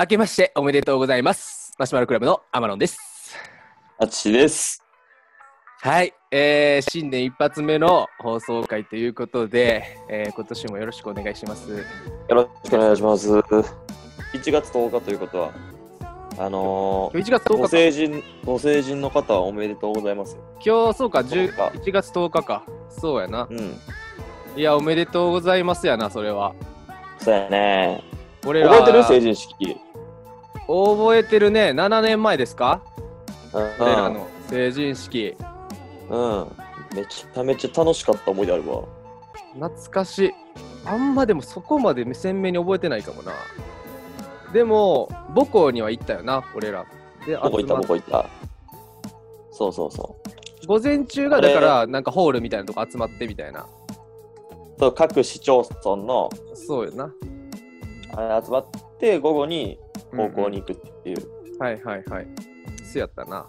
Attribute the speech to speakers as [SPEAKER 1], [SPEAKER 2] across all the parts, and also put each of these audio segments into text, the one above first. [SPEAKER 1] 明けましておめでとうございます。マシュマロクラブのアマロンです。
[SPEAKER 2] あつしです。
[SPEAKER 1] はい、えー、新年一発目の放送回ということで、えー、今年もよろしくお願いします。
[SPEAKER 2] よろしくお願いします。1月10日ということは、あのー、
[SPEAKER 1] 1月
[SPEAKER 2] ご
[SPEAKER 1] 10日
[SPEAKER 2] 成人、ご成人の方はおめでとうございます。
[SPEAKER 1] 今日そうか、
[SPEAKER 2] 10
[SPEAKER 1] 1月10日か。そうやな
[SPEAKER 2] う。ん。
[SPEAKER 1] いや、おめでとうございますやな、それは。
[SPEAKER 2] そうやね。
[SPEAKER 1] 俺ら
[SPEAKER 2] 覚えてる成人式。
[SPEAKER 1] 覚えてるね、7年前ですか
[SPEAKER 2] うん。
[SPEAKER 1] 俺らの成人式。
[SPEAKER 2] うん。めちゃめちゃ楽しかった思い出あるわ。
[SPEAKER 1] 懐かしいあんまでもそこまで鮮明に覚えてないかもなでも母校には行ったよな俺らで
[SPEAKER 2] どこ行った
[SPEAKER 1] 集ま
[SPEAKER 2] どこ行ったそうそうそう。
[SPEAKER 1] 午前中が
[SPEAKER 2] あれ
[SPEAKER 1] だからなんかホールみたいなとこ集まってみたいな
[SPEAKER 2] そう各市町村の
[SPEAKER 1] そうよな
[SPEAKER 2] あれ集まって、午後に高校
[SPEAKER 1] に、
[SPEAKER 2] に行くっていう。
[SPEAKER 1] うんはいはいはいそうやったな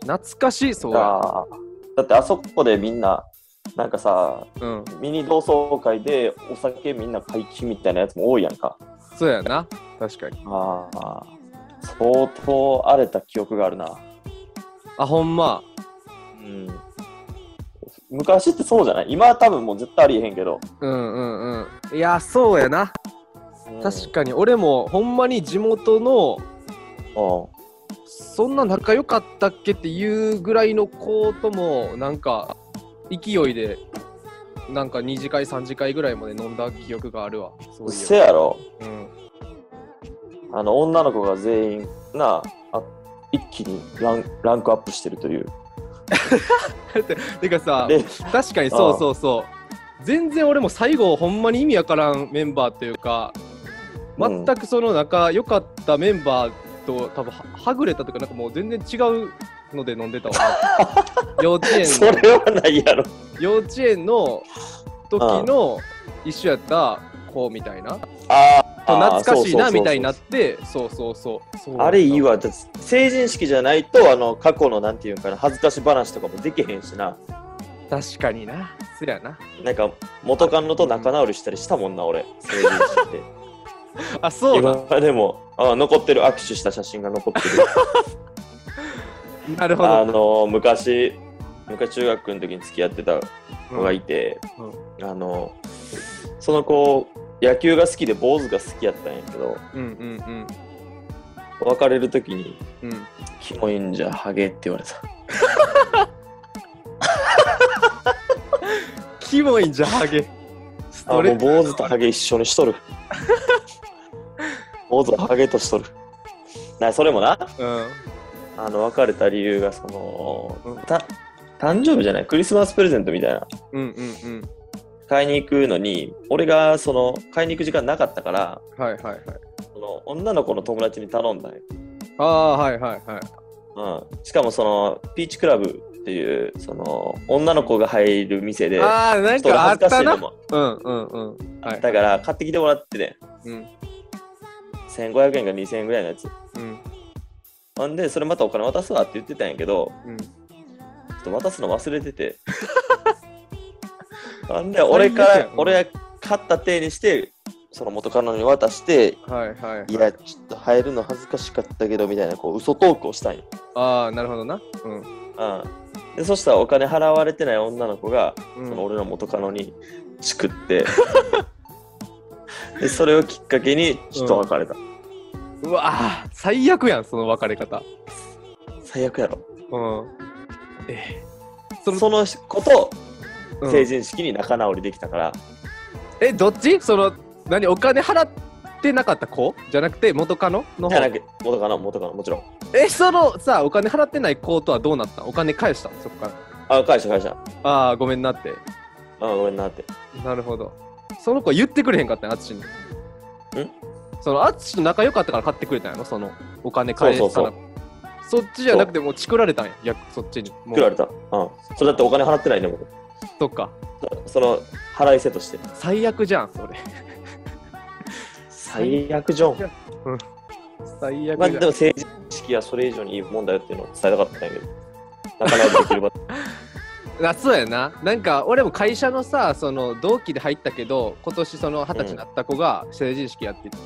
[SPEAKER 1] 懐かしいそうや
[SPEAKER 2] あーだってあそこでみんな、なんかさ、
[SPEAKER 1] うん
[SPEAKER 2] ミニ同窓会でお酒みんな解禁みたいなやつも多いやんか。
[SPEAKER 1] そうやな確かに
[SPEAKER 2] ああ、相当荒れた記憶があるな。
[SPEAKER 1] あほんま
[SPEAKER 2] うん。昔ってそうじゃない今は多分もう絶対ありえへんけど。
[SPEAKER 1] うんうんうんいやそうやな確かに俺もほんまに地元の
[SPEAKER 2] うん。
[SPEAKER 1] そんな仲良かったっけっていうぐらいの子ともなんか勢いでなんか2次会3次会ぐらいまで飲んだ記憶があるわそううい
[SPEAKER 2] せ
[SPEAKER 1] う、
[SPEAKER 2] やろ。
[SPEAKER 1] うん、
[SPEAKER 2] あの、女の子が全員、なあ、あ一気にランランクアップしてるという。
[SPEAKER 1] てかさ
[SPEAKER 2] で、
[SPEAKER 1] 確かにそうそうそう全然俺も最後ほんまに意味わからんメンバーというか
[SPEAKER 2] うん
[SPEAKER 1] 全くその仲良かったメンバーと多分ははぐれたというかなんかもう全然違うので飲んでた わ幼稚園
[SPEAKER 2] そ
[SPEAKER 1] の
[SPEAKER 2] れはないやろ。
[SPEAKER 1] 幼稚園の時の一緒やった子みたいな、
[SPEAKER 2] ああ、
[SPEAKER 1] 懐かしい
[SPEAKER 2] そうそうそうそ
[SPEAKER 1] な
[SPEAKER 2] う
[SPEAKER 1] みたいになってそうそうそうそう
[SPEAKER 2] あれいいわ、だって成人式じゃないと、あの、過去のなんていうんかな、恥ずかし話とかもできへんしな。
[SPEAKER 1] 確かになそやな
[SPEAKER 2] なんか元カノと仲直りしたりしたもん な俺成人式って
[SPEAKER 1] あそうだ
[SPEAKER 2] 今でもあ残ってる握手した写真が残ってる
[SPEAKER 1] なるほ
[SPEAKER 2] あ
[SPEAKER 1] ど
[SPEAKER 2] の昔昔中学の時に付き合ってた子がいて、
[SPEAKER 1] うん
[SPEAKER 2] あのその子野球が好きで坊主が好きやったんやけど
[SPEAKER 1] うんうん
[SPEAKER 2] 別れる時に
[SPEAKER 1] うんうん
[SPEAKER 2] 「キモいんじゃハゲ」って言われた
[SPEAKER 1] キモいんじゃハゲス
[SPEAKER 2] あも
[SPEAKER 1] トレ
[SPEAKER 2] う
[SPEAKER 1] ート
[SPEAKER 2] 坊主とハゲ一緒にしと る坊主はハゲとしとるなそれもな
[SPEAKER 1] うん
[SPEAKER 2] あの別れた理由がその、
[SPEAKER 1] うん
[SPEAKER 2] た誕生日じゃないクリスマスプレゼントみたいな
[SPEAKER 1] うんうんうん
[SPEAKER 2] 買いに行くのに俺がその買いに行く時間なかったから
[SPEAKER 1] はいはいはい
[SPEAKER 2] その女の子の友達に頼んだんよ
[SPEAKER 1] ああはいはいはい
[SPEAKER 2] うん、しかもそのピーチクラブっていうその女の子が入る店でち
[SPEAKER 1] ああな
[SPEAKER 2] ょ
[SPEAKER 1] ん
[SPEAKER 2] っと俺
[SPEAKER 1] かあっ
[SPEAKER 2] 恥ずか
[SPEAKER 1] た
[SPEAKER 2] しいの
[SPEAKER 1] な
[SPEAKER 2] も
[SPEAKER 1] うんうんうんはい
[SPEAKER 2] だから買ってきてもらってね
[SPEAKER 1] うん
[SPEAKER 2] 1500円か2000円ぐらいのやつ
[SPEAKER 1] うん
[SPEAKER 2] ほんでそれまたお金渡すわって言ってたんやけど
[SPEAKER 1] うん
[SPEAKER 2] ちょっと渡すの忘れ ててなんで俺から俺が勝った手にしてその元カノに渡して
[SPEAKER 1] はいはい
[SPEAKER 2] いやちょっと入るの恥ずかしかったけどみたいなこう嘘トークをしたんよ、
[SPEAKER 1] ああなるほどなうん
[SPEAKER 2] うん、でそしたらお金払われてない女の子が
[SPEAKER 1] う
[SPEAKER 2] そ
[SPEAKER 1] ん
[SPEAKER 2] の俺の元カノにチクって、でそれをきっかけにちょっと別れた、
[SPEAKER 1] うわあ最悪やんその別れ方
[SPEAKER 2] 最悪やろ
[SPEAKER 1] うんえそ
[SPEAKER 2] そ
[SPEAKER 1] の
[SPEAKER 2] のこと
[SPEAKER 1] うん
[SPEAKER 2] 成人式に仲直りできたから、
[SPEAKER 1] えどっちその何お金払ってなかった子じゃなくて元カノの
[SPEAKER 2] じゃな
[SPEAKER 1] 方
[SPEAKER 2] くて元カノ元カノもちろん
[SPEAKER 1] えそのさお金払ってない子とはどうなったお金返したそっから
[SPEAKER 2] あ返した返した
[SPEAKER 1] ああごめんなって
[SPEAKER 2] あごめんなって
[SPEAKER 1] なるほどその子言ってくれへんかったん淳にん
[SPEAKER 2] ん
[SPEAKER 1] その淳と仲良かったから買ってくれたんやろそのお金返したら
[SPEAKER 2] そうそう
[SPEAKER 1] そっちじゃなくてもうチクられたんや逆そっちにもう
[SPEAKER 2] 食られたうんそれだってお金払ってないねもう
[SPEAKER 1] そっか
[SPEAKER 2] そその払いせとして
[SPEAKER 1] 最悪じゃんそれ
[SPEAKER 2] 最悪じゃん
[SPEAKER 1] 最悪じゃん、
[SPEAKER 2] まあでも成 人式はそれ以上にいいもんだよっていうのを伝えたかったんやけど、仲直りできる場
[SPEAKER 1] あそうやななんか俺も会社のさその同期で入ったけど今年その二十歳になった子が成人式やってて、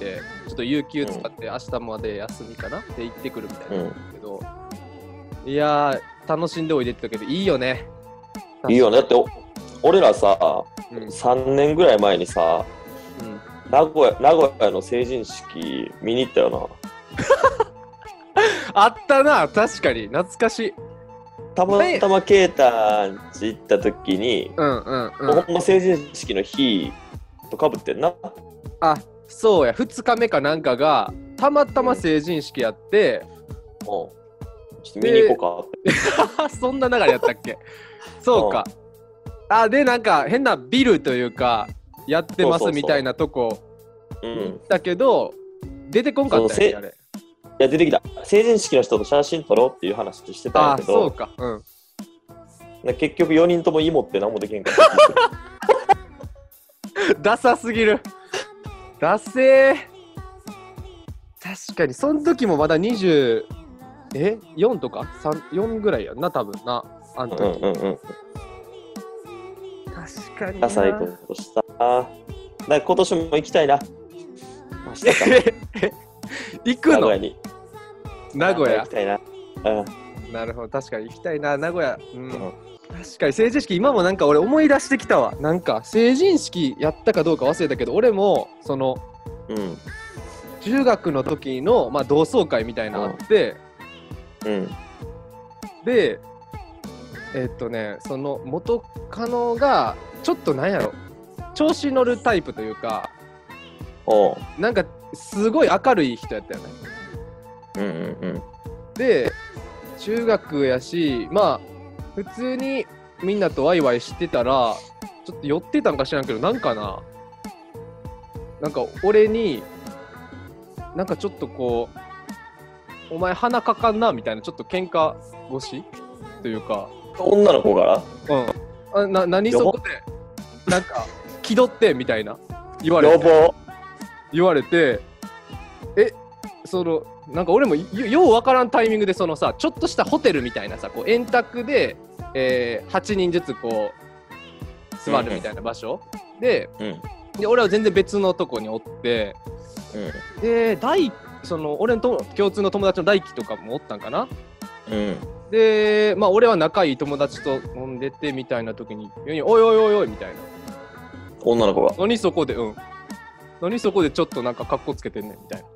[SPEAKER 1] ちょっと有給使って明日まで休みかなって行ってくるみたいな
[SPEAKER 2] うん
[SPEAKER 1] けど、いやー楽しんでおいでって言ったけどいいよね
[SPEAKER 2] いいよね。だってお、俺らさ、
[SPEAKER 1] うん、うん
[SPEAKER 2] 3年ぐらい前にさ、名古屋名古屋の成人式見に行ったよ
[SPEAKER 1] あったな確かに懐かしい
[SPEAKER 2] な。たまたまケータんち行った時に、
[SPEAKER 1] うんうんう
[SPEAKER 2] もうんほんま成人式の日とかぶってんな。
[SPEAKER 1] あそうや2日目かなんかがたまたま成人式やって、
[SPEAKER 2] もうんちょっと見に行こう
[SPEAKER 1] あそんな流れやったっ けそうか。あでなんか変なビルというかやってま
[SPEAKER 2] そ
[SPEAKER 1] す
[SPEAKER 2] うそうそう
[SPEAKER 1] みたいなとこ
[SPEAKER 2] か。うん。
[SPEAKER 1] 行
[SPEAKER 2] い
[SPEAKER 1] ったけど、出てこんかったよね
[SPEAKER 2] そ
[SPEAKER 1] あれ。
[SPEAKER 2] や、出てきた。成人式の人と写真撮ろうっていう話してたん
[SPEAKER 1] あ
[SPEAKER 2] やけ
[SPEAKER 1] そう
[SPEAKER 2] ど、
[SPEAKER 1] か。うん。
[SPEAKER 2] な結局4人とも芋って何もでき へんかった。
[SPEAKER 1] ダサすぎる。ダセー。確かにその時もまだ20え4とか3 4ぐらいやんな多分なあの
[SPEAKER 2] うん
[SPEAKER 1] 時、
[SPEAKER 2] うんうん。
[SPEAKER 1] 確かにな
[SPEAKER 2] ダサいことしたな。だから今年も行きたいな。明日か
[SPEAKER 1] 行く
[SPEAKER 2] 名古
[SPEAKER 1] の
[SPEAKER 2] 屋に。
[SPEAKER 1] 名古屋
[SPEAKER 2] 行きたいな。うん。
[SPEAKER 1] なるほど確かに行きたいな名古屋うん、
[SPEAKER 2] ん
[SPEAKER 1] 確かに成人式今もなんか俺思い出してきたわなんか成人式やったかどうか忘れたけど俺もその
[SPEAKER 2] うん。
[SPEAKER 1] 中学の時の、まあ、同窓会みたいなのあって、
[SPEAKER 2] うん。
[SPEAKER 1] でえっとねその元カノがちょっとなんやろ調子乗るタイプというか
[SPEAKER 2] おう。
[SPEAKER 1] なんかすごい明るい人やったよね
[SPEAKER 2] うんうんうん。
[SPEAKER 1] で中学やしまあ普通にみんなとワイワイしてたらちょっと寄ってたんか知らんけどなんかななんか俺になんかちょっとこうお前鼻かかんなみたいなちょっと喧嘩腰というか
[SPEAKER 2] 女の子から
[SPEAKER 1] うんあな何
[SPEAKER 2] やば
[SPEAKER 1] そこでなんか気取ってみたいな言われ
[SPEAKER 2] 予
[SPEAKER 1] て
[SPEAKER 2] 防
[SPEAKER 1] 言われてえそのなんか俺もよようわからんタイミングでそのさちょっとしたホテルみたいなさこう円卓で、えー8人ずつこう座るみたいな場所、で
[SPEAKER 2] うんうん
[SPEAKER 1] で俺は全然別のとこにおってで大その俺のと共通の友達の大輝とかもおったんかな
[SPEAKER 2] うん
[SPEAKER 1] でまあ俺は仲いい友達と飲んでてみたいな時に「おいおいおいおい」みたいな
[SPEAKER 2] 女の子が
[SPEAKER 1] 「何そこでうん何そこでちょっとなんか格好つけてんねん」みたいな。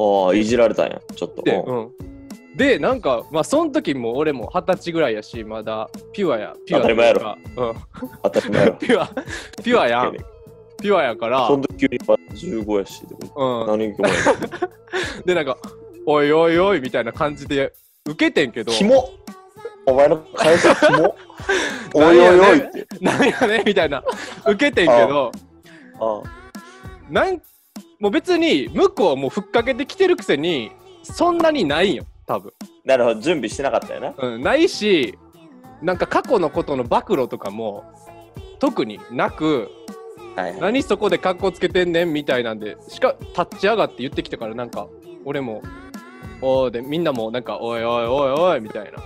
[SPEAKER 2] ああいじられたんやちょっと
[SPEAKER 1] で,、
[SPEAKER 2] うん
[SPEAKER 1] うん、でなんかまあその時も俺も二十歳ぐらいやしまだピュアやピュア
[SPEAKER 2] 当たり前やろ
[SPEAKER 1] というか
[SPEAKER 2] 当たり前や
[SPEAKER 1] うん
[SPEAKER 2] ろ
[SPEAKER 1] ピュアピュアやんピュアやから
[SPEAKER 2] そん時急に15やしでも
[SPEAKER 1] う
[SPEAKER 2] 何気もない
[SPEAKER 1] ん、でなんか「おいおいおい」みたいな感じで受けてんけど
[SPEAKER 2] キモお前の会社キ モおいおいおいって
[SPEAKER 1] 「 なんやねん」みたいな受けてんけど
[SPEAKER 2] あ
[SPEAKER 1] なんもう別に向こうはもうふっかけてきてるくせにそんなにないんよ多分、
[SPEAKER 2] なるほど準備してなかったよな
[SPEAKER 1] うん、ないしなんか過去のことの暴露とかも特になく
[SPEAKER 2] はいはい
[SPEAKER 1] 何そこで格好つけてんねんみたいなんでしか立ち上がって言ってきたからなんか俺も「おー」でみんなもなんか「おいおいおいおい」みたいな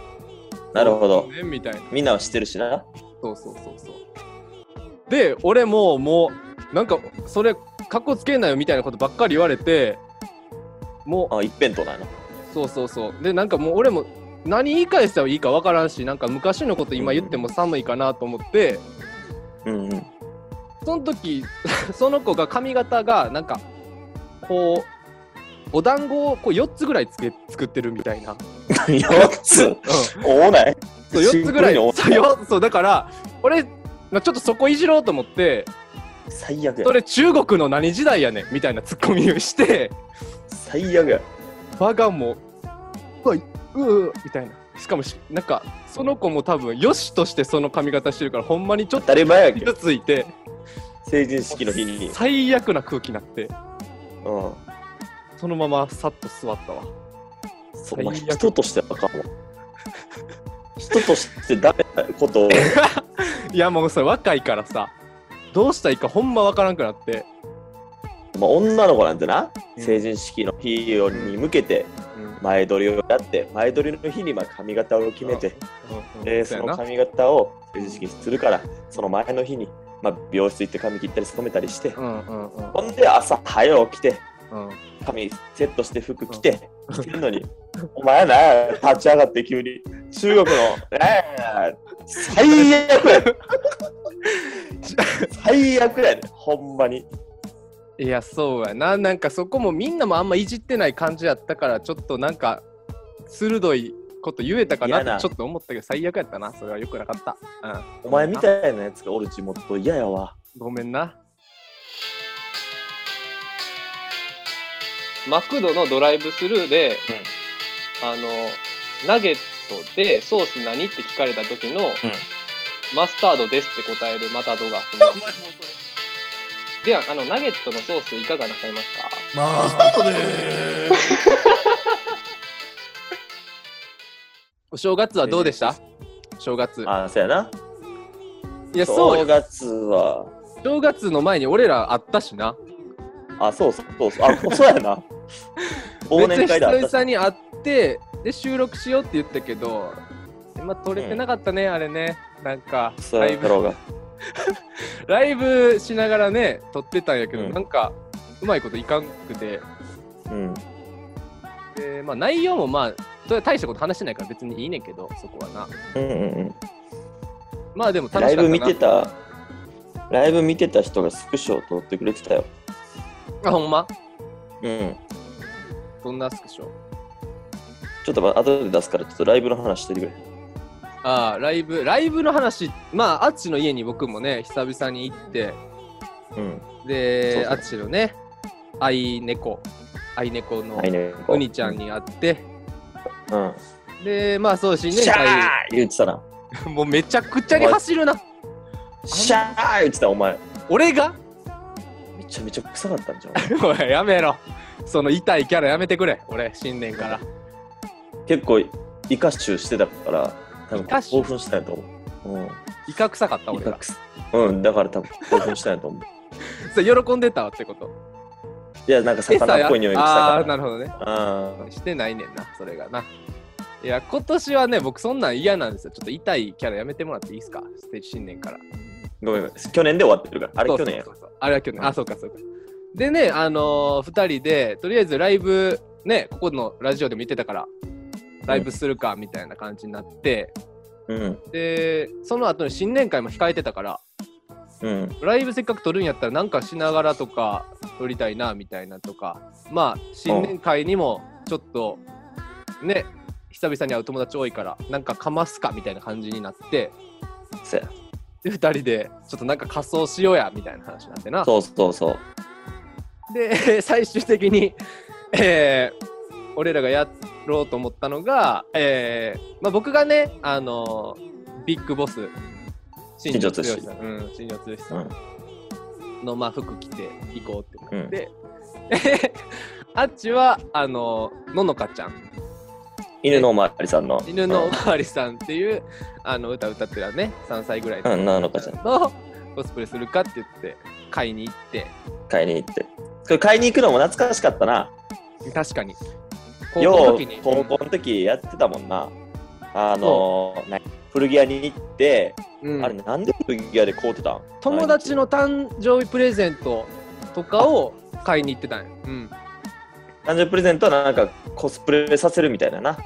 [SPEAKER 2] なるほど
[SPEAKER 1] ねみたいな
[SPEAKER 2] みんなは知ってるしな
[SPEAKER 1] そうそうそうそうで俺ももうなんかそれ格好つけんなよみたいなことばっかり言われてもう
[SPEAKER 2] あ一辺倒なの
[SPEAKER 1] そうそうそうでなんかもう俺も何言い返したらいいか分からんしなんか昔のこと今言っても寒いかなと思って、
[SPEAKER 2] うんうん
[SPEAKER 1] その時 その子が髪型がなんかこうお団子をこう4つぐらいつけ作ってるみたいな、うん、
[SPEAKER 2] 4つ多ない
[SPEAKER 1] そう4つぐらい
[SPEAKER 2] シンプルに多
[SPEAKER 1] そうよそうだから俺、まあ、ちょっとそこいじろうと思って
[SPEAKER 2] 最悪や
[SPEAKER 1] それ中国の何時代やねんみたいなツッコミをして
[SPEAKER 2] 最悪や
[SPEAKER 1] 我がもううわいううみたいなしかもしなんかその子も多分よしとしてその髪型してるからほんまにちょっ
[SPEAKER 2] 当たり前やけ
[SPEAKER 1] とついて
[SPEAKER 2] 成人式の日に
[SPEAKER 1] 最悪な空気になって
[SPEAKER 2] うん
[SPEAKER 1] そのままさっと座ったわ。
[SPEAKER 2] そんな
[SPEAKER 1] 最悪
[SPEAKER 2] 人としてあかんわ。人としてダメな ことを、
[SPEAKER 1] いやもうそれ若いからさどうしたらいいかほんまわからんくなって、
[SPEAKER 2] まあ、女の子なんてな、
[SPEAKER 1] うん
[SPEAKER 2] 成人式の日に向けて、
[SPEAKER 1] うん
[SPEAKER 2] 前撮りをやって、前撮りの日にまあ髪型を決めて、
[SPEAKER 1] うん
[SPEAKER 2] で、
[SPEAKER 1] そ
[SPEAKER 2] そう
[SPEAKER 1] や
[SPEAKER 2] の
[SPEAKER 1] な
[SPEAKER 2] 髪型を成人式にするから、その前の日に、まあ、美容室行って髪切ったり染めたりして、
[SPEAKER 1] うんうんうん
[SPEAKER 2] ほんで朝早起きて、
[SPEAKER 1] うん
[SPEAKER 2] 髪セットして服着て、着てんのに、お前なや、立ち上がって急に、中国の、 ええ最悪やで最悪やで、ほんまに。
[SPEAKER 1] いやそうやななんかそこもみんなもあんまいじってない感じやったからちょっとなんか鋭いこと言えたか
[SPEAKER 2] 嫌
[SPEAKER 1] なっ
[SPEAKER 2] な
[SPEAKER 1] てちょっと思ったけど最悪やったなそれはよくなかった、うん、
[SPEAKER 2] お前みたいなやつがおる地元嫌やわ。
[SPEAKER 1] ごめんなマクドのドライブスルーで、あのナゲットでソース何って聞かれた時の、マスタードですって答えるマタドがではあのナゲットのソースいかがなさいますか
[SPEAKER 3] マスタートでーす。
[SPEAKER 1] お正月はどうでした正月
[SPEAKER 2] ああ、そうやな。
[SPEAKER 1] いやそう
[SPEAKER 2] 正
[SPEAKER 1] よ
[SPEAKER 2] 月は、
[SPEAKER 1] 正月の前に俺らあったしな
[SPEAKER 2] あ、そうそうそうそう、あ、そうや な。忘年会だ
[SPEAKER 1] 別に久
[SPEAKER 2] った。
[SPEAKER 1] 々に会ってで収録しようって言ったけど今撮れてなかったね、あれねなんか
[SPEAKER 2] そう
[SPEAKER 1] ラ
[SPEAKER 2] や
[SPEAKER 1] イブ
[SPEAKER 2] ろうが。
[SPEAKER 1] ライブしながらね撮ってたんやけど、
[SPEAKER 2] うん
[SPEAKER 1] なんかうまいこといかんくて
[SPEAKER 2] うん。
[SPEAKER 1] で、まあ、内容もまあそれは大したこと話してないから別にいいねんけどそこはな
[SPEAKER 2] うんうんうん。
[SPEAKER 1] まあでも楽
[SPEAKER 2] ラ
[SPEAKER 1] し
[SPEAKER 2] イ
[SPEAKER 1] かったな
[SPEAKER 2] ブ見てた、ライブ見てた人がスクショを撮ってくれてたよ。
[SPEAKER 1] あほんま
[SPEAKER 2] うん。
[SPEAKER 1] どんなスクショ
[SPEAKER 2] ちょっとま後で出すから、ちょっとライブの話しててくれ。
[SPEAKER 1] ああライブライブの話まああっちの家に僕もね久々に行って
[SPEAKER 2] うん。そう
[SPEAKER 1] で
[SPEAKER 2] そう
[SPEAKER 1] あっちのね愛猫愛猫の
[SPEAKER 2] はいね。
[SPEAKER 1] ウニちゃん。に会って、
[SPEAKER 2] うん。
[SPEAKER 1] でまあそう新年
[SPEAKER 2] シャー
[SPEAKER 1] 会
[SPEAKER 2] 言ってたな。
[SPEAKER 1] もうめちゃくちゃに走るな
[SPEAKER 2] シャー言ってた、お前。
[SPEAKER 1] 俺が
[SPEAKER 2] めちゃめちゃ臭かったんじゃん。
[SPEAKER 1] おいやめろその痛いキャラやめてくれ俺新年から
[SPEAKER 2] 結構イカ臭してたから多分
[SPEAKER 1] イカ臭
[SPEAKER 2] 興奮したんやと思う。
[SPEAKER 1] イカ臭かった
[SPEAKER 2] うん、イ
[SPEAKER 1] 俺
[SPEAKER 2] カ
[SPEAKER 1] が
[SPEAKER 2] 臭うん、だから多分興奮したんやと思う。
[SPEAKER 1] それ喜んでたってこと
[SPEAKER 2] いや、なんか魚っぽい匂いがした
[SPEAKER 1] ああー
[SPEAKER 2] から。
[SPEAKER 1] なるほどね
[SPEAKER 2] あ
[SPEAKER 1] してないねんなそれがないや今年はね僕そんなん嫌なんですよちょっと痛いキャラやめてもらっていいですか新年から
[SPEAKER 2] ーごめんごめん。去年で終わってるから。あ
[SPEAKER 1] あ
[SPEAKER 2] れ去年や。
[SPEAKER 1] あれは去年あそうかそうかでねあのー、2人でとりあえずライブねここのラジオでも言ってたからライブするかみたいな感じになって、
[SPEAKER 2] うん。
[SPEAKER 1] でその後に新年会も控えてたから
[SPEAKER 2] うん。
[SPEAKER 1] ライブせっかく撮るんやったらなんかしながらとか撮りたいなみたいなとかまあ新年会にもちょっとね久々に会う友達多いからなんかかますかみたいな感じになって
[SPEAKER 2] そや
[SPEAKER 1] で2人でちょっとなんか仮装しようやみたいな話になってな
[SPEAKER 2] そうそうそう。
[SPEAKER 1] で 最終的に、えー俺らがやろうと思ったのが、えーまあ、僕がね、あのービッグボス新庄剛志さん、うん、新庄剛志さんの、まあ、服着て行こうってなって、 あっちはあのーののかちゃん
[SPEAKER 2] 犬のおまわりさんの。
[SPEAKER 1] 犬のおまわりさんっていう、あの歌歌ってたね3歳ぐらい
[SPEAKER 2] うん。
[SPEAKER 1] の
[SPEAKER 2] うん、なのかちゃん。
[SPEAKER 1] のコスプレするかって言って買いに行って
[SPEAKER 2] 買いに行って。これ買いに行くのも懐かしかったな。
[SPEAKER 1] 確かに高校の
[SPEAKER 2] よ
[SPEAKER 1] 時に
[SPEAKER 2] う、高校の時やってたもんな。あのー、何古着屋に行って、
[SPEAKER 1] うん
[SPEAKER 2] あれなんで古着屋で買うてたん
[SPEAKER 1] 友達の誕生日プレゼントとかを買いに行ってたんや。うん。
[SPEAKER 2] 誕生日プレゼントはなんかコスプレさせるみたいなな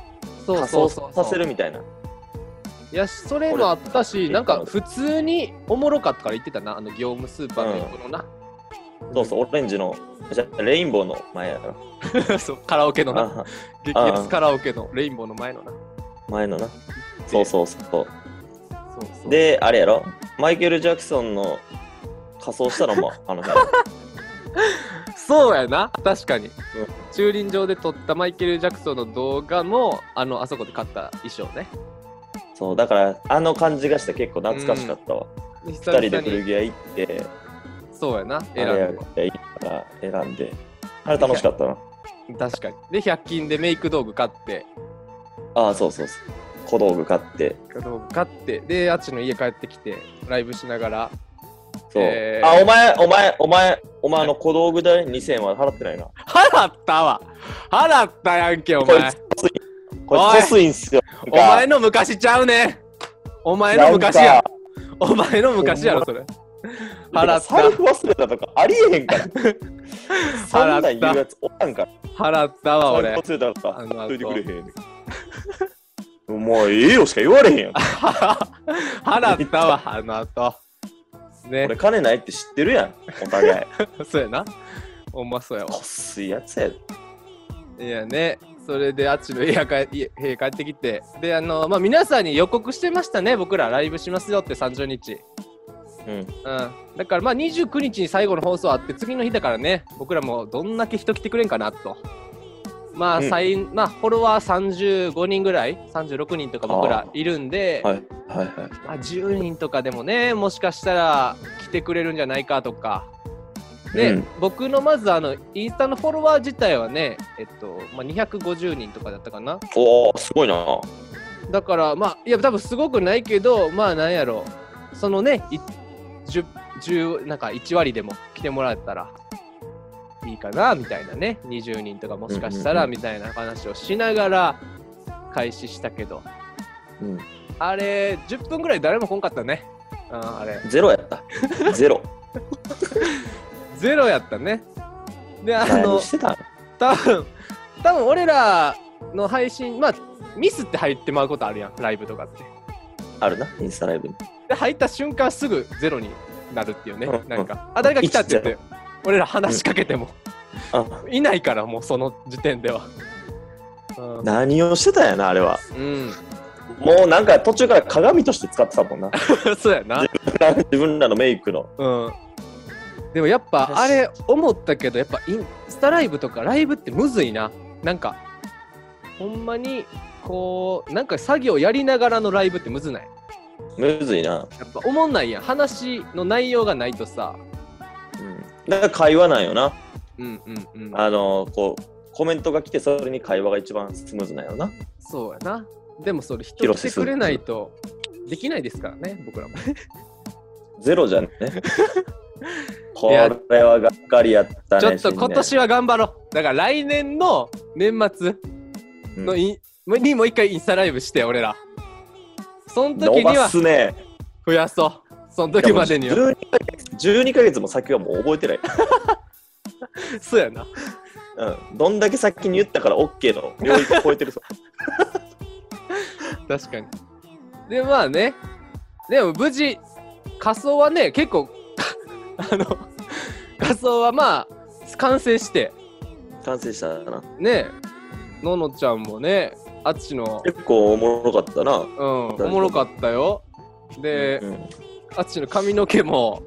[SPEAKER 1] そうそうそう
[SPEAKER 2] 仮
[SPEAKER 1] そ
[SPEAKER 2] 装
[SPEAKER 1] う。
[SPEAKER 2] させるみたいない
[SPEAKER 1] や、それもあったし、
[SPEAKER 2] 俺
[SPEAKER 1] なんか普通におもろかったから言ってたな、あの業務スーパーの横のな。
[SPEAKER 2] そうそうオレンジのじゃレインボーの前やろ
[SPEAKER 1] そうカラオケのな。
[SPEAKER 2] あ
[SPEAKER 1] 激
[SPEAKER 2] あ
[SPEAKER 1] 烈カラオケのレインボーの前のな。
[SPEAKER 2] 前のなそうそうそ
[SPEAKER 1] そうそうう。
[SPEAKER 2] であれやろマイケル・ジャクソンの仮装したの もあの辺
[SPEAKER 1] そうやな、確かに。
[SPEAKER 2] うん
[SPEAKER 1] 駐輪場で撮ったマイケル・ジャクソンの動画も、あの、あそこで買った衣装ね。
[SPEAKER 2] そうだからあの感じがして結構懐かしかったわ、
[SPEAKER 1] 久々
[SPEAKER 2] 二人
[SPEAKER 1] に
[SPEAKER 2] で古着屋行って
[SPEAKER 1] そうやな、
[SPEAKER 2] あ
[SPEAKER 1] 選
[SPEAKER 2] れや
[SPEAKER 1] ん
[SPEAKER 2] っ
[SPEAKER 1] で。
[SPEAKER 2] ていいから選んであれ楽しかったな
[SPEAKER 1] 確かに。で、100均でメイク道具買って。
[SPEAKER 2] ああそうそうそう小道具買って
[SPEAKER 1] 勝ってであっちの家帰ってきてライブしながら
[SPEAKER 2] そう、
[SPEAKER 1] えー
[SPEAKER 2] あお前お前お前お前あの小道具代2000円は払ってないな
[SPEAKER 1] 払ったわ払ったやんけお前
[SPEAKER 2] こいつこれ
[SPEAKER 1] おい
[SPEAKER 2] 細いんすよ。
[SPEAKER 1] お前の昔ちゃうねんお前の昔やお前の昔やろそれ払
[SPEAKER 2] 払っ
[SPEAKER 1] ったた
[SPEAKER 2] 財布忘れたとかありえ へんからそんなん言うやつおらんから
[SPEAKER 1] 払ったわ
[SPEAKER 2] 財
[SPEAKER 1] 俺
[SPEAKER 2] 布忘れたと
[SPEAKER 1] あ
[SPEAKER 2] か
[SPEAKER 1] の
[SPEAKER 2] ほ
[SPEAKER 1] 後
[SPEAKER 2] っといてくれへんねんもうええよしか言われへんやん
[SPEAKER 1] 払ったわあの後ね
[SPEAKER 2] 俺金ないって知ってるやんお 互い
[SPEAKER 1] そうやなほんまそうやわ
[SPEAKER 2] こっすいやつやで
[SPEAKER 1] いやね、それであっちの部屋帰家部屋帰ってきて、で、あの、まあ、皆さんに予告してましたね、僕らライブしますよって30日。
[SPEAKER 2] うん
[SPEAKER 1] うん。だから、まあ、29日に最後の放送あって、次の日だからね、僕らもどんだけ人来てくれんかなと。まあ、
[SPEAKER 2] うん
[SPEAKER 1] 最まあ、フォロワー35人ぐらい、36人とか僕らいるんで、
[SPEAKER 2] はいはいはい
[SPEAKER 1] まあ、10人とかでもね、もしかしたら来てくれるんじゃないかとか。で、
[SPEAKER 2] うん
[SPEAKER 1] 僕のまずあのインスタのフォロワー自体はね、えっとまあ、250人とかだったかな。
[SPEAKER 2] おおすごいなは
[SPEAKER 1] だから、まあ、いや、多分すごくないけど、まあ、なんやろう、そのね、い 10, 10なんか1割でも来てもらったらいいかな、みたいなね、20人とかもしかした
[SPEAKER 2] うん
[SPEAKER 1] ら、
[SPEAKER 2] うんうん
[SPEAKER 1] みたいな話をしながら開始したけど、
[SPEAKER 2] うん
[SPEAKER 1] あれ、10分ぐらい誰も来んかったね。うん、あれ。
[SPEAKER 2] ゼロやったゼ ロ
[SPEAKER 1] ゼロやったね。で、あ
[SPEAKER 2] 何
[SPEAKER 1] の
[SPEAKER 2] し、てたん
[SPEAKER 1] 多分多分俺らの配信、まあ、ミスって入ってまうことあるやん、ライブとかって。
[SPEAKER 2] あるなインスタライブに
[SPEAKER 1] で、入った瞬間すぐゼロになるっていうね
[SPEAKER 2] うんう、ん
[SPEAKER 1] なんか、あ、誰か来たって言って、俺ら話しかけても、
[SPEAKER 2] あ
[SPEAKER 1] いないから、もうその時点では。うん
[SPEAKER 2] 何をしてたんやなあれは
[SPEAKER 1] うん、
[SPEAKER 2] もうなんか途中から鏡として使ってたもん な
[SPEAKER 1] そうやな。
[SPEAKER 2] 自分らのメイクの
[SPEAKER 1] うん。でもやっぱ、あれ、思ったけど、やっぱ、インスタライブとかライブってむずいな。なんか、ほんまに、こう、なんか作業やりながらのライブってむずない
[SPEAKER 2] むずいな
[SPEAKER 1] やっぱ思んないやん話の内容がないとさ
[SPEAKER 2] うんだから会話なんよな
[SPEAKER 1] うんうんうん
[SPEAKER 2] あのこうコメントが来てそれに会話が一番スムーズなんやろな
[SPEAKER 1] そうやなでもそれ人
[SPEAKER 2] 広
[SPEAKER 1] 来て
[SPEAKER 2] 瀬す
[SPEAKER 1] く
[SPEAKER 2] ず
[SPEAKER 1] れないとできないですからね僕らも
[SPEAKER 2] ゼ ロじゃんねこ
[SPEAKER 1] いや
[SPEAKER 2] れはがっかりやったね
[SPEAKER 1] ちょっと
[SPEAKER 2] 新年
[SPEAKER 1] 今年は頑張ろうだから来年の年末の
[SPEAKER 2] うん
[SPEAKER 1] イン、にもう一回インスタライブして俺らその時
[SPEAKER 2] 伸
[SPEAKER 1] に
[SPEAKER 2] ば
[SPEAKER 1] は
[SPEAKER 2] すね
[SPEAKER 1] 増やそうその時までには
[SPEAKER 2] 12ヶ月12ヶ月も先はもう覚えてない、
[SPEAKER 1] そうやな
[SPEAKER 2] うん、どんだけ先に言ったから OK の領域超えてるぞ
[SPEAKER 1] 確かにでまあねでも無事仮装はね結構 あの仮装はまあ完成して
[SPEAKER 2] 完成したな
[SPEAKER 1] ねえののちゃんもねあっちの
[SPEAKER 2] 結構おもろかったな
[SPEAKER 1] うんおもろかったよで、
[SPEAKER 2] うん
[SPEAKER 1] あっちの髪の毛も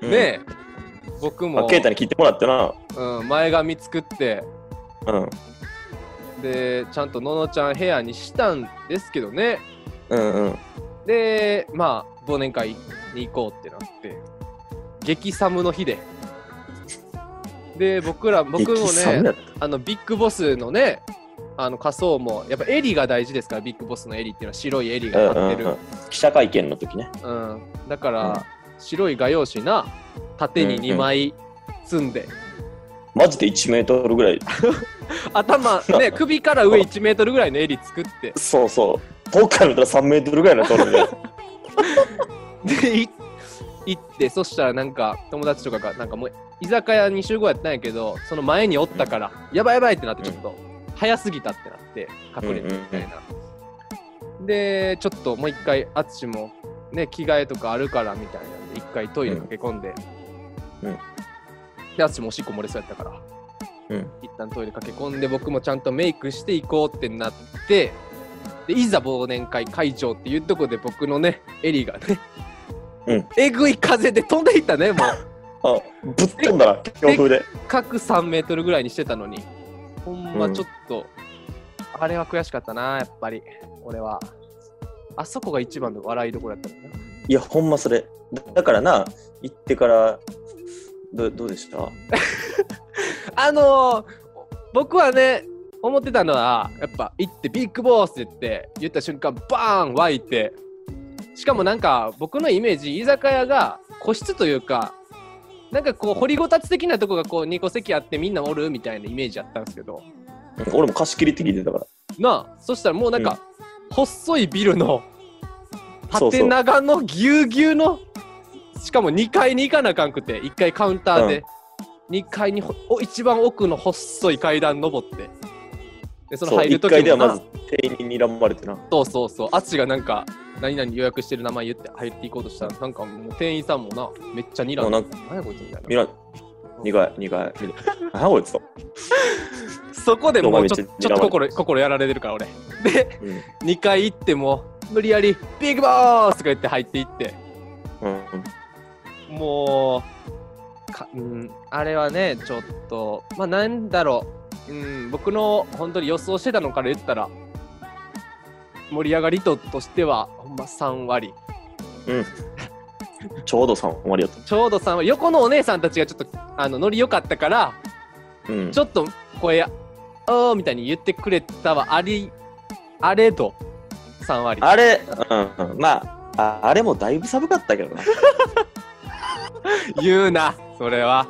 [SPEAKER 2] うん
[SPEAKER 1] ねえ、僕
[SPEAKER 2] まあ
[SPEAKER 1] も、
[SPEAKER 2] ケイタに聞いてもらってな
[SPEAKER 1] うん、前髪作って
[SPEAKER 2] うん
[SPEAKER 1] でちゃんとののちゃんヘアにしたんですけどね
[SPEAKER 2] うんうん
[SPEAKER 1] でまあ忘年会に行こうってなって激寒の日でで僕ら僕も
[SPEAKER 2] 激寒や
[SPEAKER 1] ね
[SPEAKER 2] った
[SPEAKER 1] あのビッグボスのねあの仮装もやっぱ襟が大事ですからビッグボスの襟っていうのは白い襟が張ってる、
[SPEAKER 2] うんうんうん記者会見の時ね
[SPEAKER 1] うん、だから、白い画用紙な縦に2枚積んで、
[SPEAKER 2] マジで1メートルぐらい
[SPEAKER 1] 頭 ね首から上1メートルぐらいの襟作って
[SPEAKER 2] そうそう遠くから見たら3メートルぐらいのところ で
[SPEAKER 1] でい行ってそしたらなんか友達とかがなんかもう居酒屋に集合やったんやけどその前におったから、やばいやばいってなってちょっと、早すぎたってなって隠れてみたいな、でちょっともう一回あっちもね着替えとかあるからみたいなんで一回トイレ駆け込んで、
[SPEAKER 2] うん
[SPEAKER 1] であっちもおしっこ漏れそうやったから
[SPEAKER 2] うん
[SPEAKER 1] 一旦トイレ駆け込んで僕もちゃんとメイクしていこうってなってでいざ忘年会会場っていうとこで僕のねエリがね、
[SPEAKER 2] うん
[SPEAKER 1] えぐい風で飛んでいったねもう
[SPEAKER 2] あぶっ飛んだな強風で
[SPEAKER 1] 各3メートルぐらいにしてたのにほんまちょっと、あれは悔しかったなやっぱり俺はあそこが一番の笑いどころやったのない
[SPEAKER 2] やほんまそれだだからな行ってからどどうでした
[SPEAKER 1] あのー僕はね思ってたのはやっぱ行ってビッグボスって言って言った瞬間バーン湧いてしかもなんか僕のイメージ居酒屋が個室というかなんかこう掘りごたつ的なとこがこう2個席あってみんなおるみたいなイメージやったんですけど
[SPEAKER 2] うん俺も貸し切りって聞いてたから
[SPEAKER 1] なあそしたらもうなんか、細いビルの
[SPEAKER 2] そう
[SPEAKER 1] 縦長のぎゅうぎゅうのしかも2階に行かなあかんくて1階カウンターで、2階にほお一番奥の細い階段登ってでその
[SPEAKER 2] そう
[SPEAKER 1] 入る
[SPEAKER 2] 1
[SPEAKER 1] 時も
[SPEAKER 2] 階では
[SPEAKER 1] な
[SPEAKER 2] まず店員に睨まれてな
[SPEAKER 1] そうそうそうあっちがなんか何々予約してる名前言って入っていこうとしたらなんかもう店員さんもなめっちゃ睨
[SPEAKER 2] もうん
[SPEAKER 1] で
[SPEAKER 2] なんか
[SPEAKER 1] 何やこいつみたいな
[SPEAKER 2] 睨ん苦い 苦いみたいな何やこいつと、
[SPEAKER 1] そこでもうちょち
[SPEAKER 2] ど
[SPEAKER 1] ょ
[SPEAKER 2] うも
[SPEAKER 1] っと心心やられてるから俺で
[SPEAKER 2] うん
[SPEAKER 1] 2階行っても無理やり「ビッグボース!」とか言って入っていって
[SPEAKER 2] うん、
[SPEAKER 1] もうか、うん、あれはねちょっとまあなんだろう、うん、僕の本当に予想してたのから言ったら盛り上がりととしてはほんま3割
[SPEAKER 2] ちょうど3終わりやっ
[SPEAKER 1] ちょうど3割横のお姉さんたちがちょっとあのノリ良かったから
[SPEAKER 2] た、うん、
[SPEAKER 1] ちょっと声「おー」みたいに言ってくれたはありあれど3割
[SPEAKER 2] あれ、うん、まあああれもだいぶ寒かったけどな
[SPEAKER 1] 言うなそれは、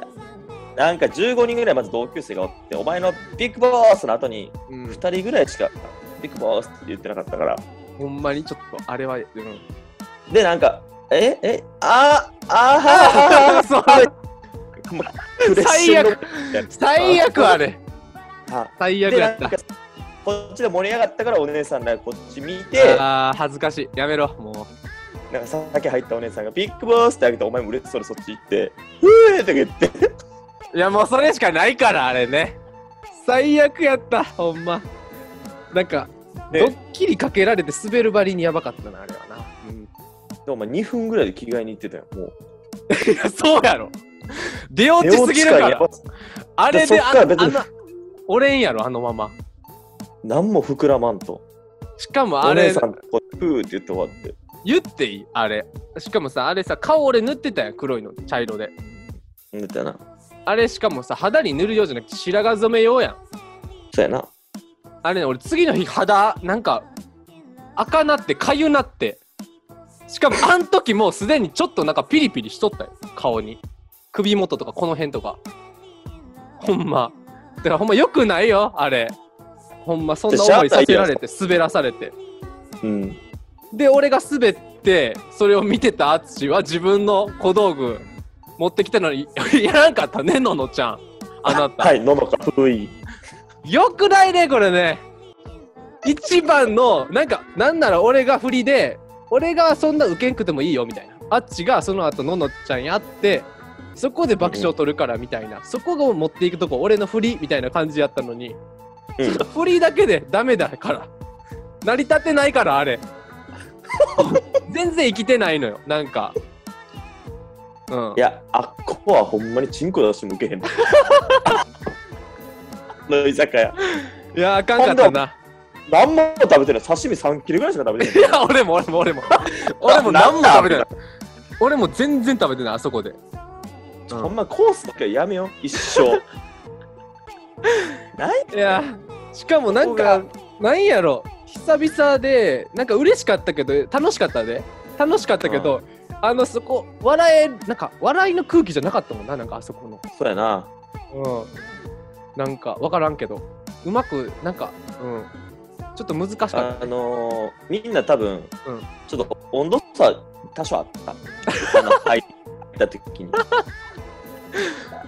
[SPEAKER 2] なんか15人ぐらいまず同級生がおってお前のビッグボスの後に
[SPEAKER 1] うん、
[SPEAKER 2] 2人ぐらいしかビッグボスって言ってなかったから
[SPEAKER 1] ほんまにちょっとあれは、うん、
[SPEAKER 2] でなんかええあああ
[SPEAKER 1] そう
[SPEAKER 2] ープレッシャーの
[SPEAKER 1] 最悪あれ
[SPEAKER 2] あ
[SPEAKER 1] 最悪
[SPEAKER 2] で
[SPEAKER 1] や
[SPEAKER 2] な
[SPEAKER 1] っ
[SPEAKER 2] ん
[SPEAKER 1] た
[SPEAKER 2] かこっちで盛り上がったからお姉さんらがこっち見て
[SPEAKER 1] あー恥ずかしいやめろも
[SPEAKER 2] なんか酒入ったお姉さんがビッグボスってあげてお前も嬉しそうにそっち行って「うえ!」とか言って
[SPEAKER 1] ういやもうそれしかないからあれね最悪やったほんまなんかド
[SPEAKER 2] で
[SPEAKER 1] ッキリかけられて滑るばりにやばかったなあれはな、うん、
[SPEAKER 2] お前2分ぐらいで着替えに行ってたよもう
[SPEAKER 1] いやそうやろ出落ちすぎるか
[SPEAKER 2] 寝
[SPEAKER 1] ら
[SPEAKER 2] 落ち感やば
[SPEAKER 1] あれ
[SPEAKER 2] そっ
[SPEAKER 1] で
[SPEAKER 2] か
[SPEAKER 1] あ
[SPEAKER 2] ら
[SPEAKER 1] の
[SPEAKER 2] 別
[SPEAKER 1] あ
[SPEAKER 2] に
[SPEAKER 1] の折れんやろあのまま
[SPEAKER 2] 何も膨らまんと
[SPEAKER 1] しかもあ
[SPEAKER 2] お
[SPEAKER 1] れ
[SPEAKER 2] 姉さんこうふーって言って終わって
[SPEAKER 1] 言っていいあれしかもさあれさ顔俺塗ってたやん黒いの茶色で
[SPEAKER 2] みたいな
[SPEAKER 1] あれしかもさ肌に塗るようじゃなくて白髪染めようやん
[SPEAKER 2] そうやな
[SPEAKER 1] あれね、俺次の日肌、なんか、赤なって、かゆなって。しかも、あん時もうすでにちょっとなんかピリピリしとったよ。顔に。首元とかこの辺とか。ほんま。だからほんま良くないよ、あれ。ほんま、そんな思いさせられて、滑らされて。
[SPEAKER 2] うん
[SPEAKER 1] で、俺が滑って、それを見てた淳は自分の小道具持ってきたのに、 やらんかったね、ののちゃん。あなた。
[SPEAKER 2] はいのどかふい
[SPEAKER 1] よくないねこれね一番のなんかなんなら俺が振りで俺がそんな受けんくてもいいよみたいなあっちがその後ののちゃんに会ってそこで爆笑取るからみたいな、そこを持っていくとこ俺の振りみたいな感じやったのに、
[SPEAKER 2] うん
[SPEAKER 1] その振りだけでダメだから成り立ってないからあれ全然生きてないのよなんかうん
[SPEAKER 2] いやあっこはほんまにチンコ出して向けへ んの居酒屋
[SPEAKER 1] いやあかんかったな
[SPEAKER 2] 何も食べてない刺身3切れぐらいしか食べて
[SPEAKER 1] いや、 俺も俺も俺も。俺も何も
[SPEAKER 2] な
[SPEAKER 1] 食
[SPEAKER 2] ん
[SPEAKER 1] べて
[SPEAKER 2] だ
[SPEAKER 1] ない。俺も全然食べてない、あそこで。う
[SPEAKER 2] ないほん
[SPEAKER 1] ん
[SPEAKER 2] まコースとかやめよう一 生ない
[SPEAKER 1] いや、しかもなんか、なんやろ、久々で、なんか嬉しかったけど、楽しかったで。楽しかったけど、あの、そこ、笑え、なんか、笑いの空気じゃなかったもんな、なんかあそこの。
[SPEAKER 2] そうやな
[SPEAKER 1] うん。なんか、わからんけど、うまく、なんか、うん。ちょっと難しかった。
[SPEAKER 2] あのー、みんな多分、
[SPEAKER 1] うん
[SPEAKER 2] ちょっと温度差多少あった。あの入った時に。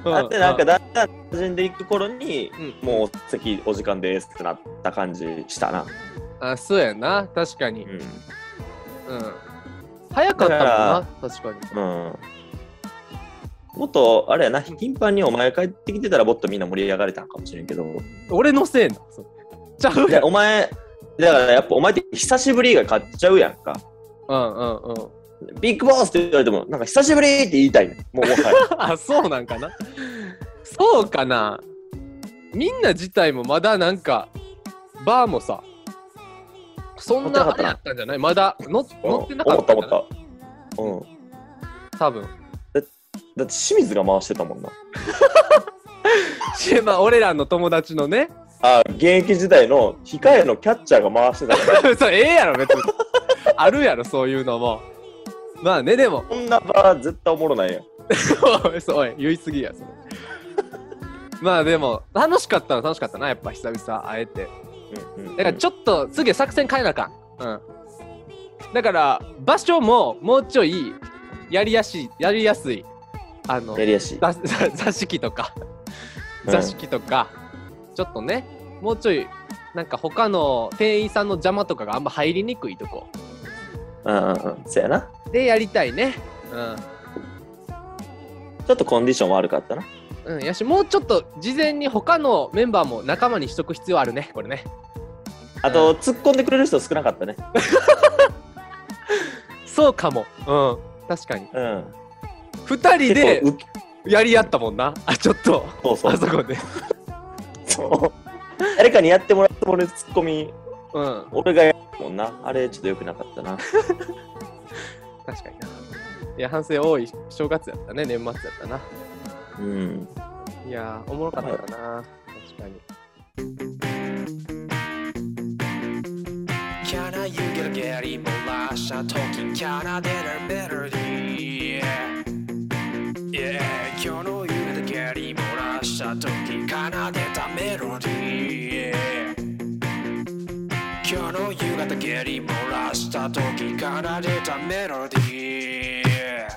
[SPEAKER 1] う
[SPEAKER 2] あってなんかだんだん馴染んでいく頃に、
[SPEAKER 1] うん
[SPEAKER 2] もうお席お時間ですってなった感じしたな。
[SPEAKER 1] あ、そうやな、確かに。
[SPEAKER 2] うん。
[SPEAKER 1] うん。早かったもんな、確かに。
[SPEAKER 2] うんもっと、あれやな、頻繁にお前帰ってきてたらもっとみんな盛り上がれたんかもしれんけ ど、
[SPEAKER 1] 俺のせいな。それちゃう
[SPEAKER 2] で
[SPEAKER 1] やん。
[SPEAKER 2] お前、だからやっぱお前って久しぶりが買っちゃうやんか。
[SPEAKER 1] うんうんうん。
[SPEAKER 2] ビッグボスって言われても、なんか久しぶりって言いたいねん。もうも はや。
[SPEAKER 1] あ、そうなんかな。そうかな。みんな自体もまだなんか、バーもさ、そんなあれやったんじゃないまだ乗乗ってなかったん
[SPEAKER 2] 思
[SPEAKER 1] じゃな
[SPEAKER 2] っ
[SPEAKER 1] い
[SPEAKER 2] た思った。うん。
[SPEAKER 1] 多分。
[SPEAKER 2] だって清水が回してたもんな。
[SPEAKER 1] しまあ、俺らの友達のね。
[SPEAKER 2] あ現役時代の控えのキャッチャーが回してたから、
[SPEAKER 1] それええやろ、別に。 あるやろ、そういうのも。まあね、でも、
[SPEAKER 2] こんな場絶対おもろないやん。
[SPEAKER 1] おいそうおい、言いすぎや、それ。まあでも、楽しかったのは楽しかったな、やっぱ久々会えて。
[SPEAKER 2] うんうん
[SPEAKER 1] だからちょっとすぐ作戦変えなあかん。うん。だから場所ももうちょいやりやすい、やりやすい。あの
[SPEAKER 2] や、りやすい。
[SPEAKER 1] 座座座敷とか、
[SPEAKER 2] うん
[SPEAKER 1] 座敷とか、ちょっとね、もうちょい、なんか他の店員さんの邪魔とかがあんま入りにくいとこ。
[SPEAKER 2] うんうんうん。そうやな。
[SPEAKER 1] で、やりたいね。うん。
[SPEAKER 2] ちょっとコンディション悪かったな。
[SPEAKER 1] うん、やしもうちょっと事前に他のメンバーも仲間にしとく必要あるねこれね
[SPEAKER 2] あと、突っ込んでくれる人少なかったね。
[SPEAKER 1] そうかもうん確かに
[SPEAKER 2] うん。
[SPEAKER 1] 2人で
[SPEAKER 2] 結構
[SPEAKER 1] やり合ったもんなあちょっと
[SPEAKER 2] うそう
[SPEAKER 1] あそこで
[SPEAKER 2] そう。 誰かにやってもらってもらうツッコミ、
[SPEAKER 1] うん
[SPEAKER 2] 俺がやるもんな。あれ、ちょっと良くなかったな。
[SPEAKER 1] 確かにないや反省多い正月やったね年末やったな
[SPEAKER 2] うん。
[SPEAKER 1] いやーおもろかったな、確かに
[SPEAKER 4] Can I you get a Gary Molasha talking Canada melody? Yeah, yeah. Can I you get a Gary Molasha talking Canada melody? Yeah. Can I you get a Gary Molasha talking Canada melody? Yeah.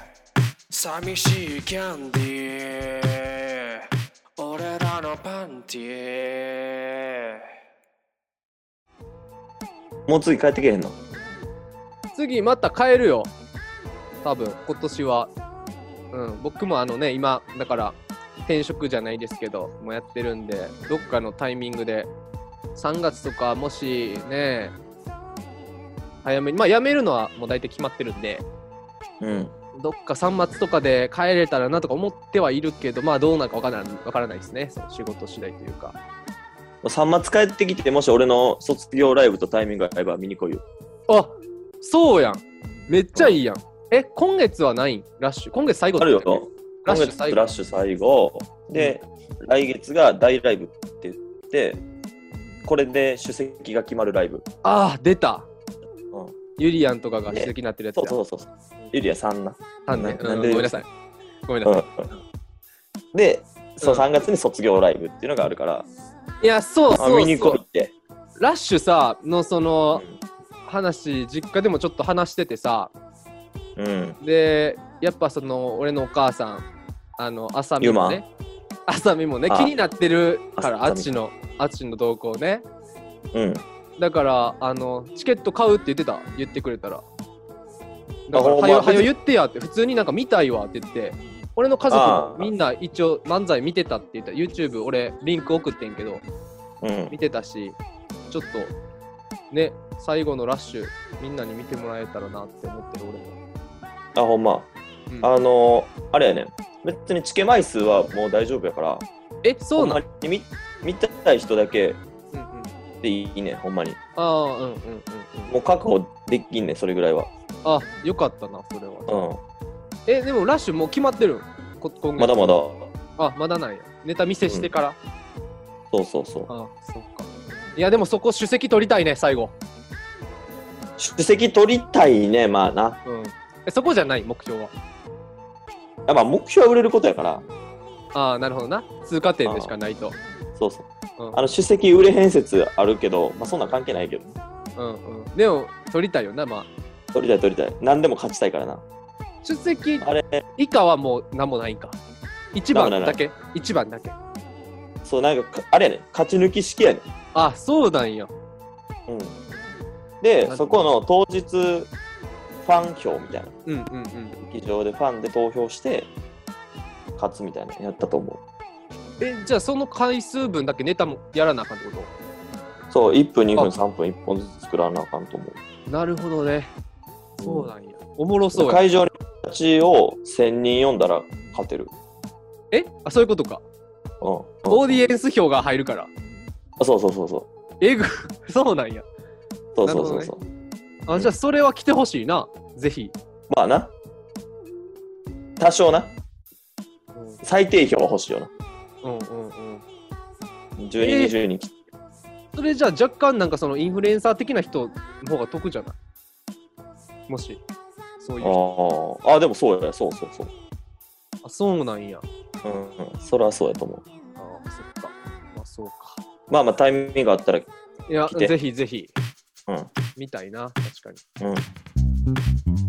[SPEAKER 4] 寂しいキャンディー俺らのパンティー
[SPEAKER 2] もう次帰ってけへんの
[SPEAKER 1] 次また帰るよ多分今年はうん僕もあのね今だから転職じゃないですけどもうやってるんでどっかのタイミングで3月とかもしね早めにまあ辞めるのはもう大体決まってるんで
[SPEAKER 2] うん。
[SPEAKER 1] どっか3月とかで帰れたらなとか思ってはいるけどまあどうなるかわからないわからないですねその仕事次第というか
[SPEAKER 2] 3月帰ってきて、もし俺の卒業ライブとタイミングが合えば見に来いよ。
[SPEAKER 1] あそうやんめっちゃいいやんえ今月はないんラッシュ今月最後
[SPEAKER 2] あ
[SPEAKER 1] だ
[SPEAKER 2] る
[SPEAKER 1] った
[SPEAKER 2] よ
[SPEAKER 1] っけ。ラ
[SPEAKER 2] 今
[SPEAKER 1] ッシュ
[SPEAKER 2] 月
[SPEAKER 1] 最後
[SPEAKER 2] ラッシュ最後。で、来月が大ライブって言って、これで主席が決まるライブ。
[SPEAKER 1] ああ出た
[SPEAKER 2] うん。
[SPEAKER 1] ユリアンとかが主席になってるやつ
[SPEAKER 2] そう
[SPEAKER 1] や。
[SPEAKER 2] そうそうそう。ゆりやさんな。
[SPEAKER 1] 三年。う
[SPEAKER 2] な
[SPEAKER 1] んん
[SPEAKER 2] で
[SPEAKER 1] ごめんなさい。ごめんな
[SPEAKER 2] う
[SPEAKER 1] さい。
[SPEAKER 2] ん。で、そう
[SPEAKER 1] うん
[SPEAKER 2] 3月に卒業ライブっていうのがあるから、
[SPEAKER 1] いや、そう
[SPEAKER 2] あ
[SPEAKER 1] そ
[SPEAKER 2] 見に
[SPEAKER 1] うそ。
[SPEAKER 2] 来いうって。
[SPEAKER 1] ラッシュさ、のその
[SPEAKER 2] う
[SPEAKER 1] 話、実家でもちょっと話しててさ、
[SPEAKER 2] ん。
[SPEAKER 1] で、やっぱその、俺のお母さん、あの、あさみ
[SPEAKER 2] ユマ
[SPEAKER 1] もね、あさみもね、
[SPEAKER 2] あ
[SPEAKER 1] 気になってるから、あ
[SPEAKER 2] あさみ
[SPEAKER 1] っちの、あっちの動向ね。
[SPEAKER 2] うん。
[SPEAKER 1] だから、あの、チケット買うって言ってた、言ってくれたら。だ
[SPEAKER 2] あ
[SPEAKER 1] から、
[SPEAKER 2] ほんま
[SPEAKER 1] はよ、は
[SPEAKER 2] 別
[SPEAKER 1] よ
[SPEAKER 2] に
[SPEAKER 1] 言ってやって、普通になんか見たいわって言って、俺の家族
[SPEAKER 2] あ
[SPEAKER 1] も
[SPEAKER 2] ー
[SPEAKER 1] みんな一応漫才見てたって言った、YouTube 俺リンク送ってんけど、
[SPEAKER 2] うん。
[SPEAKER 1] 見てたし、ちょっとね、最後のラッシュ、みんなに見てもらえたらなって思ってる俺も。
[SPEAKER 2] あ、ほんま。
[SPEAKER 1] うん
[SPEAKER 2] あのー、あれやね。別にチケ枚数はもう大丈夫やから、
[SPEAKER 1] え、そうな
[SPEAKER 2] ほ
[SPEAKER 1] の
[SPEAKER 2] んまに見見たい人だけ
[SPEAKER 1] うんうん。
[SPEAKER 2] でいいね、ほんまに。
[SPEAKER 1] ああ、うんうんうんうん。
[SPEAKER 2] もう確保できんね、それぐらいは。
[SPEAKER 1] あ、よかったな、それは。
[SPEAKER 2] う
[SPEAKER 1] え、でもラッシュもう決まってるんこ今
[SPEAKER 2] ん。
[SPEAKER 1] 月
[SPEAKER 2] まだまだ。
[SPEAKER 1] あ、まだなんや。ネタ見せしてから。
[SPEAKER 2] そうそうそう。
[SPEAKER 1] あそっか。いや、でもそこ、主席取りたいね、最後。
[SPEAKER 2] 出席取りたいね、まあな。
[SPEAKER 1] うん。えそこじゃない、目標は。
[SPEAKER 2] あまあ、目標は売れることやから。
[SPEAKER 1] ああ、なるほどな。通過点でしかないと。
[SPEAKER 2] そうそ
[SPEAKER 1] う
[SPEAKER 2] う。
[SPEAKER 1] ん
[SPEAKER 2] あの、出席売れへん説あるけど、まあそんなん関係ないけど。
[SPEAKER 1] うんうん。でも、取りたいよな、まあ。
[SPEAKER 2] 取りたい取りたい。何でも勝ちたいからな。
[SPEAKER 1] 出席
[SPEAKER 2] あれ、
[SPEAKER 1] 以下はもう何もないんか。一番
[SPEAKER 2] なんも
[SPEAKER 1] だ
[SPEAKER 2] ない
[SPEAKER 1] け。一番だけ。
[SPEAKER 2] そう、なんかか、あれやね、勝ち抜き式やね。
[SPEAKER 1] あ、そうなんや。
[SPEAKER 2] うん。
[SPEAKER 1] な
[SPEAKER 2] で、
[SPEAKER 1] ん
[SPEAKER 2] そこの当日、ファン票みたいな。
[SPEAKER 1] うんうんうん。
[SPEAKER 2] 劇場でファンで投票して、勝つみたいな、やったと思う。
[SPEAKER 1] え、じゃあその回数分だけネタもやらなあかんってこ
[SPEAKER 2] そう、1分、2分、
[SPEAKER 1] あ
[SPEAKER 2] 3分、1本ずつ作らなあかんと思う。
[SPEAKER 1] となるほどね。そうなんや。おもろそうや。
[SPEAKER 2] 会場にたちを1000人読んだら勝てる。
[SPEAKER 1] えあ、そういうことか。
[SPEAKER 2] うん。
[SPEAKER 1] オー
[SPEAKER 2] ィ
[SPEAKER 1] ディエンス票が入るから。
[SPEAKER 2] そうそうそうそう。
[SPEAKER 1] えぐ、そうなんや。
[SPEAKER 2] そうそうそうそう。う
[SPEAKER 1] あ、
[SPEAKER 2] ん
[SPEAKER 1] じゃあそれは来てほしいな。ぜひ。
[SPEAKER 2] まあな。多少な。最低票は欲しいよな。
[SPEAKER 1] うんうんうん。
[SPEAKER 2] 10人、
[SPEAKER 1] えー
[SPEAKER 2] 20人切って
[SPEAKER 1] それじゃあ若干なんかそのインフルエンサー的な人の方が得じゃないもし、そういう
[SPEAKER 2] あ
[SPEAKER 1] 人。
[SPEAKER 2] ーあ、でもそうや、そうそうそう。
[SPEAKER 1] あ、そうなんや。
[SPEAKER 2] うん、うん、それはそうやと思う。
[SPEAKER 1] ああ、そっか。まあ、そうか。
[SPEAKER 2] まあまあ、タイミングがあったら
[SPEAKER 1] いや、
[SPEAKER 2] 来て
[SPEAKER 1] ぜひぜひ。
[SPEAKER 2] うん
[SPEAKER 1] みたいな、確かに。
[SPEAKER 2] うん